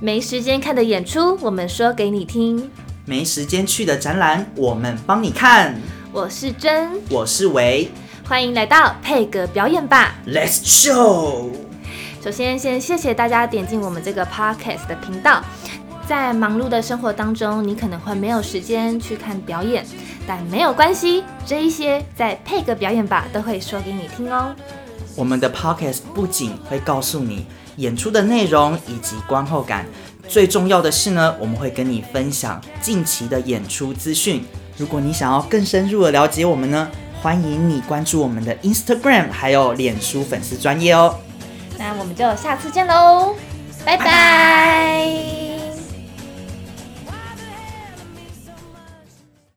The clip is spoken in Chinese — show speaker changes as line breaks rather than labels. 没时间看的演出，我们说给你听。
没时间去的展览，我们帮你看。
我是真，
我是维
欢迎来到配格表演吧。
，Let's show。
首先，先谢谢大家点进我们这个 podcast 的频道。在忙碌的生活当中，你可能会没有时间去看表演，但没有关系，这一些在配个表演吧都会说给你听哦。
我们的 Podcast 不仅会告诉你演出的内容以及观后感，最重要的是呢，我们会跟你分享近期的演出资讯。如果你想要更深入的了解我们呢，欢迎你关注我们的 Instagram 还有脸书粉丝专业哦。
那我们就下次见喽，拜拜